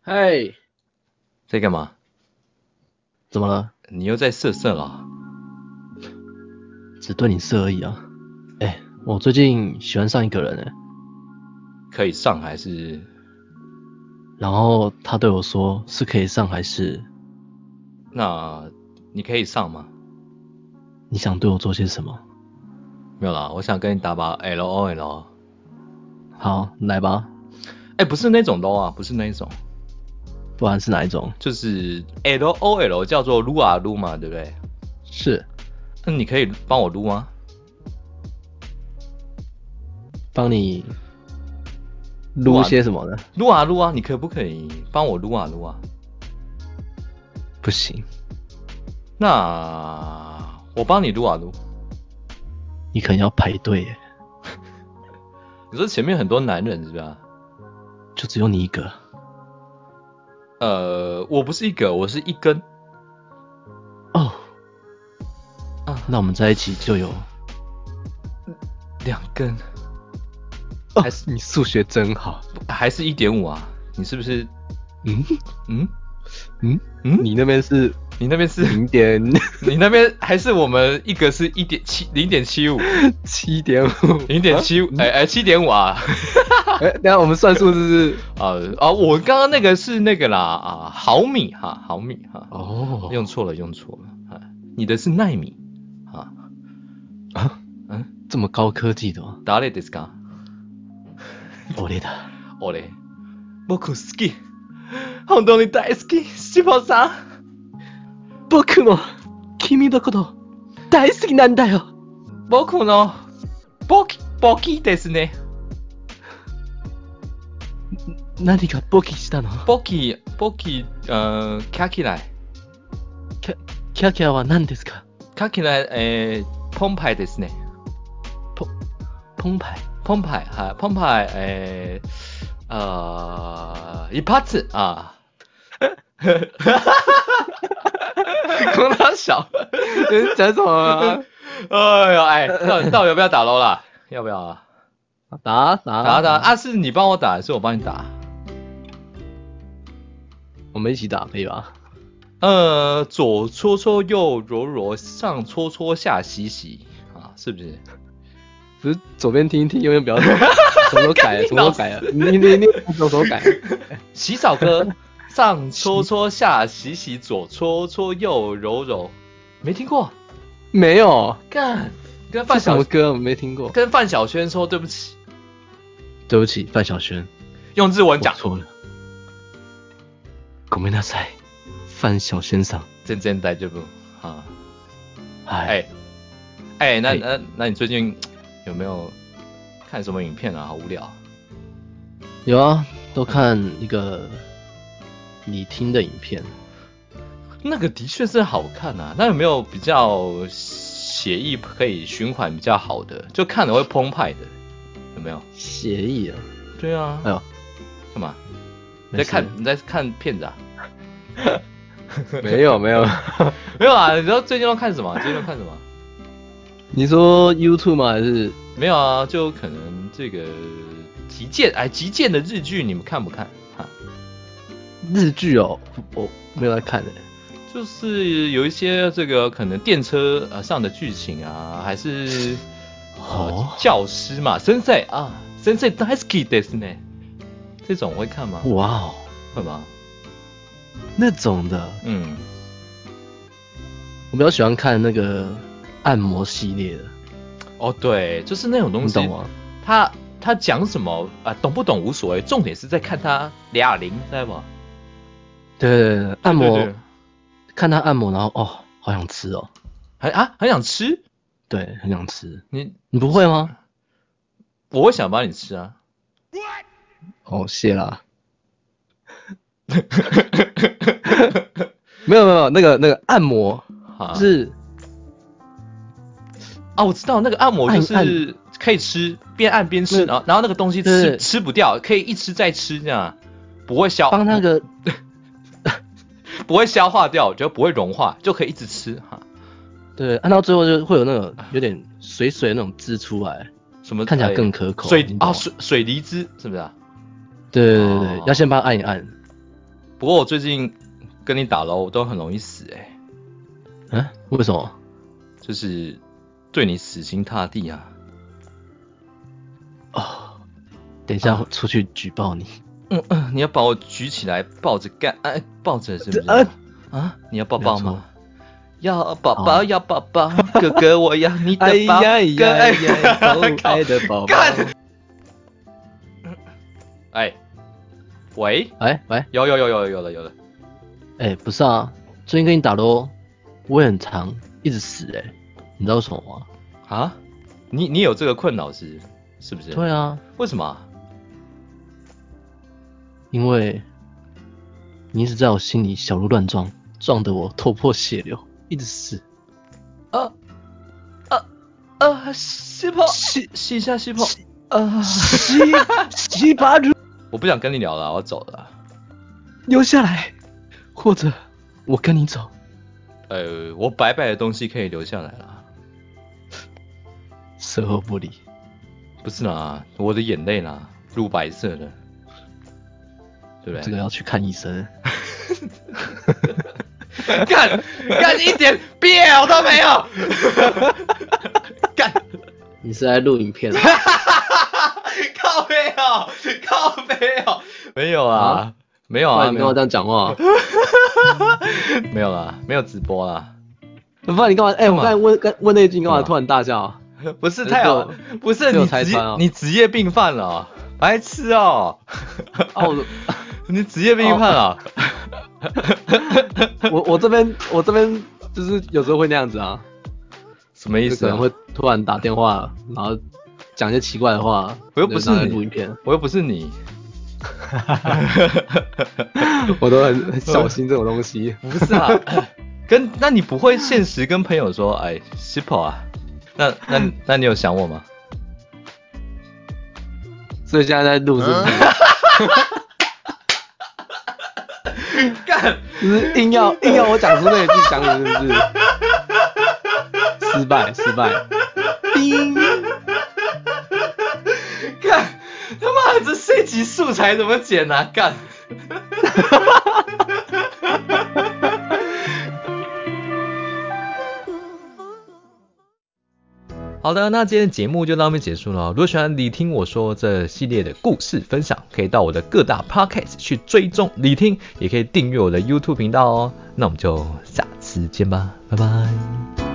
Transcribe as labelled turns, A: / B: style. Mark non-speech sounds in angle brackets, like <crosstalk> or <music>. A: 嗨，
B: 在干嘛？
A: 怎么了？
B: 你又在色色了？啊
A: 只对你色而已啊。哎、我最近喜欢上一个人哎、
B: 可以上还是？
A: 然后他对我说是可以上还是
B: 那你可以上吗？
A: 你想对我做些什么？
B: 没有啦，我想跟你打把 L O L。
A: 好，来吧，
B: 哎，不是那种 low 啊，不是那一种，
A: 不然是哪一种？
B: 就是 L O L 叫做撸啊撸嘛，对不对？
A: 是
B: 那你可以帮我撸吗？
A: 帮你
B: 撸
A: 撸
B: 啊
A: 些什么呢？
B: 撸啊撸啊，你可不可以帮我撸啊撸啊？
A: 不行，
B: 那我帮你撸啊撸。
A: 你可能要排队耶，
B: 你说前面很多男人是啊吧？
A: 就只有你一个。
B: 呃，我不是一个，我是一根
A: 哦，
B: 啊，
A: 那我们在一起就有。
B: 两根，
A: 哦
B: 还是
A: 你数学真好。
B: 还是一点五啊？你是不是？
A: 嗯
B: 嗯
A: 嗯，
B: 嗯，
A: 你那边是
B: 你那边是
A: 零点
B: 你那边还是我们一个是一点七零点七五
A: 七点五，
B: 零点七五哎哎七点五啊
A: <laughs>
B: <laughs>
A: 哎，等一下我们算数是不是？
B: 啊啊！我刚刚那个是那个啦啊毫米哈毫米哈，
A: 哦
B: 用错了用错了啊！你的是纳米啊
A: 啊，
B: 嗯，
A: 这么高科技的吗？
B: 达雷迪斯卡
A: 我的的，
B: 我嘞，僕好き本当に大好き志保さん
A: 僕も君のこと大好きなんだよ。
B: 僕のボキボキですね
A: 何がボキしたの？
B: ボキボキ呃卡起来
A: キャキャキャは何ですか？
B: 卡起来诶澎湃ですね。
A: ポ澎湃。
B: 澎湃，哈，澎湃，诶、呃，一拍子
A: <laughs>
B: 啊，空他小，
A: 讲什么啊？
B: 哎呦，哎，到底到底要不要打 l 啦？要不要啊？
A: 打打
B: 打打，啊，是你帮我打，还是我帮你打？
A: 我们一起打可以吧？
B: 呃，左搓搓，右揉揉，上搓搓，下洗洗，啊，是不是？
A: 不是左边听一听，右边不要听。 <laughs> 什么时候改了？什么时候 <laughs> 改了？你你你什么时候改了？
B: 洗澡歌，上搓搓，下洗洗，左搓搓，右揉揉，没听过？
A: <laughs> 没有，
B: 干，跟
A: 这
B: 范
A: 什
B: 晓
A: 么歌？我没听过。
B: 跟范晓萱说对不起，
A: 对不起，范晓萱，
B: 用日文
A: 我
B: 讲，
A: 错了。ごめんなさい，范晓萱さん。
B: 真真在这不啊？
A: 哎，
B: 哎哎，那
A: 哎
B: 那那你最近有没有看什么影片啊？好无聊。
A: 有啊，都看一个你听的影片。
B: 那个的确是好看啊，那有没有比较写意可以循环比较好的，就看了会澎湃的，有没有？
A: 协议啊，
B: 对啊， <laughs>
A: 哎呦，
B: 干嘛？你
A: 没
B: 在
A: 事
B: 看你在看片子啊？
A: 没有没有， <laughs>
B: 没有啊，你知道最近都看什么？最近都看什么？
A: 你说 YouTube 吗？还是
B: 没有啊，就可能这个极剑哎，极剑的日剧你们看不看？哈，
A: 日剧哦？我没有在看的、欸
B: 就是有一些这个可能电车呃上的剧情啊，还是呃
A: 哦
B: 教师嘛，森塞啊，森塞 daisky des 呢，这种会看吗？
A: 哇哦，
B: 会吧，
A: 那种的，
B: 嗯，
A: 我比较喜欢看那个按摩系列的，
B: 哦对，就是那种东
A: 你
B: 西，
A: 懂吗？
B: 他他讲什么啊，懂不懂无所谓，重点是在看他俩零，知道吗？
A: 对对对，按摩，
B: 对对对
A: 看他按摩，然后哦，好想吃哦，
B: 很啊很想吃，
A: 对，很想吃。
B: 你
A: 你不会吗？
B: 我会想帮你吃啊。
A: 哦，谢啦。 <laughs> 没有没有，那个那个按摩
B: 啊
A: 是
B: 啊，我知道那个按摩就是
A: 按按
B: 可以吃，边按边吃，
A: 对
B: 然后然后那个东西
A: 对
B: 吃
A: 对
B: 吃不掉，可以一吃再吃这样，啊不会消
A: 帮那个
B: 不会消化掉，就不会融化，就可以一直吃哈。
A: 对，按到最后就会有那种有点水水的那种汁出来，
B: 什么
A: 看起来
B: 哎
A: 更可口。
B: 水
A: 你懂
B: 啊
A: 吗
B: 水水梨汁是不是啊？
A: 对对对对
B: 哦，
A: 要先帮他按一按。
B: 不过我最近跟你打咯，我都很容易死哎、
A: 嗯、为什么？
B: 就是对你死心塌地啊。
A: 哦，等一下
B: 啊
A: 我出去举报你。
B: 嗯嗯，你要把我举起来抱着干，哎、抱着是不是？
A: 呃
B: 啊，你要抱抱
A: 没有错
B: 吗？要宝宝，
A: 好
B: 要宝宝，哥哥我要你的宝哥。哎
A: 可爱的宝
B: 干！哎，喂，
A: 哎喂，
B: 有有有有有了有了，
A: 哎、不是啊，最近跟你打咯，我也很长，一直死哎、你知道为什么吗？
B: 啊，你你有这个困扰是是不是？
A: 对啊，
B: 为什么啊？
A: 因为你一直在我心里小鹿乱撞，撞得我头破血流，一直死。
B: 啊啊啊！吸泡吸吸一下吸泡啊！
A: 西西巴鲁
B: 我不想跟你聊了，我要走了。
A: 留下来，或者我跟你走。
B: 呃，我白白的东西可以留下来了，
A: 售后不理，
B: 不是啦，我的眼泪啦，乳白色的，对不对？
A: 这个要去看医生。
B: 干干一点 BL 都没有， <laughs> 干
A: 你是在录影片啊？
B: 靠背哦，靠背哦，没有啊
A: 啊，
B: 没有
A: 不然
B: 啊，
A: 你干嘛这样讲话？
B: 没有啦，没有直播啦，
A: 不然你干嘛？哎、我
B: 嘛
A: 刚才问刚问那一句，你干
B: 干
A: 嘛
B: 嘛
A: 突然大笑啊？
B: 不是太好，不是
A: 被我
B: 你
A: 拆
B: 职
A: 穿哦
B: 你职业病犯了哦，白痴哦，
A: 啊，我
B: <laughs> 你职业病犯了，哦
A: 我我这边我这边就是有时候会那样子啊，
B: <laughs> 什么意
A: 就
B: 思
A: 可
B: 啊？
A: 能会突然打电话，然后讲一些奇怪的话。
B: 我又不是
A: 就拿来
B: 你
A: 录影片，
B: 我又不是你，
A: <laughs> 我都很很小心这种东西。 <laughs>
B: 不是啊，跟那你不会现实跟朋友说，哎 s i p o 啊，那那那你有想我吗？
A: 所以现在在录是不是？ <laughs>
B: 干，
A: 嗯就是硬要硬要我讲出那一句想你是不是？失败失败。 <laughs> 叮
B: 干，他妈的这这集素材怎么剪啊？干。 <laughs> 好的，那今天的节目就到这边结束了哦。如果喜欢你听我说这系列的故事分享，可以到我的各大 podcast 去追踪你听，也可以订阅我的 YouTube 频道哦。那我们就下次见吧，拜拜。